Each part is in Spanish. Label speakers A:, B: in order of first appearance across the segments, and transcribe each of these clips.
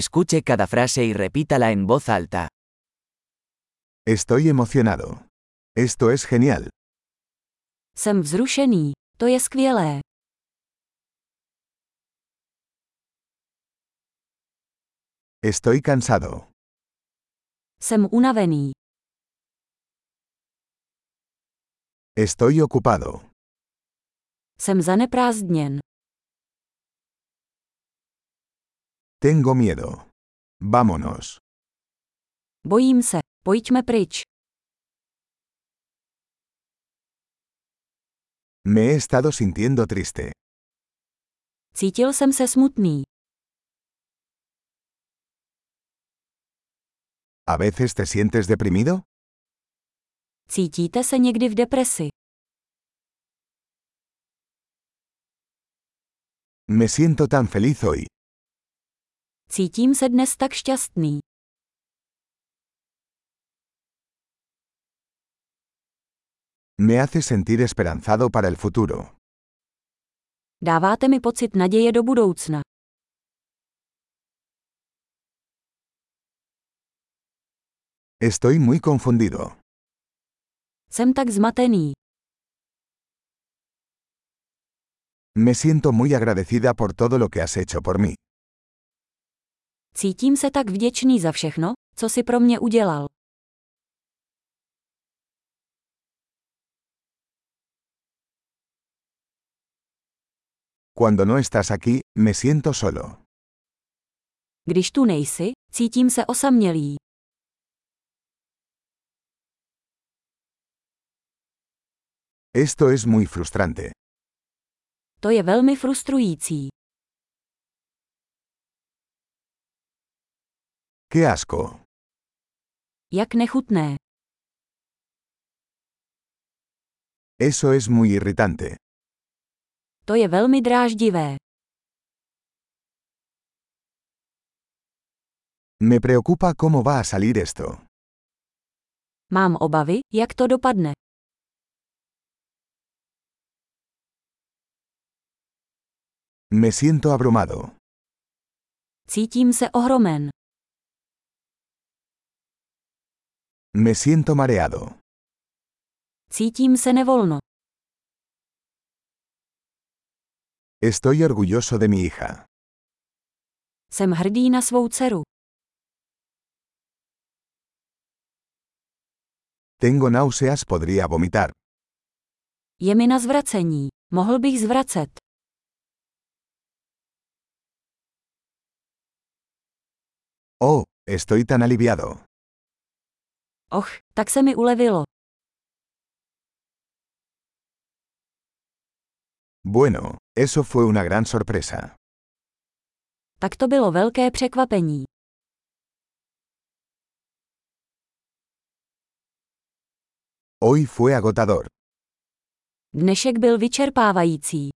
A: Escuche cada frase y repítala en voz alta.
B: Estoy emocionado. Esto es genial.
C: Jsem vzrušený. To je skvělé.
B: Estoy cansado.
C: Jsem unavený.
B: Estoy ocupado.
C: Jsem zaneprázdněn.
B: Tengo miedo. Vámonos.
C: Bojím se. Pojďme pryč.
B: Me he estado sintiendo triste.
C: Cítil jsem se smutný.
B: ¿A veces te sientes deprimido?
C: Cítíte se někdy v depresi.
B: Me siento tan feliz hoy.
C: Cítím se dnes tak šťastný.
B: Me hace sentir esperanzado para el futuro.
C: Dáváte mi pocit naděje do budoucna.
B: Estoy muy confundido.
C: Jsem tak zmatený.
B: Me siento muy agradecida por todo lo que has hecho por mí.
C: Cítím se tak vděčný za všechno, co si pro mě udělal.
B: Cuando no estás aquí, me siento solo.
C: Když tu nejsi, cítím se osamělý.
B: Esto es muy frustrante.
C: To je velmi frustrující.
B: ¡Qué asco!
C: Jak nechutné.
B: Eso es muy irritante.
C: To je velmi dráždivé.
B: Me preocupa cómo va a salir esto.
C: Mám obavy, jak to dopadne.
B: Me siento abrumado.
C: Cítím se ohromen.
B: Me siento mareado.
C: Cítím se nevolno.
B: Estoy orgulloso de mi hija.
C: Jsem hrdý na svou dceru.
B: Tengo náuseas, podría vomitar.
C: Je mi na zvracení. Mohl bych zvracet.
B: Oh, estoy tan aliviado.
C: Och, tak se mi ulevilo.
B: Bueno, eso fue una gran sorpresa.
C: Tak to bylo velké překvapení.
B: Hoy fue agotador.
C: Dnešek byl vyčerpávající.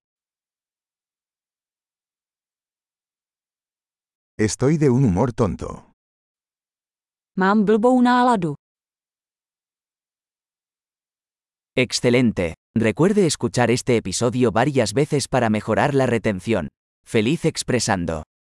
B: Estoy de un humor tonto.
C: Mám blbou náladu.
A: Excelente. Recuerde escuchar este episodio varias veces para mejorar la retención. Feliz expresando.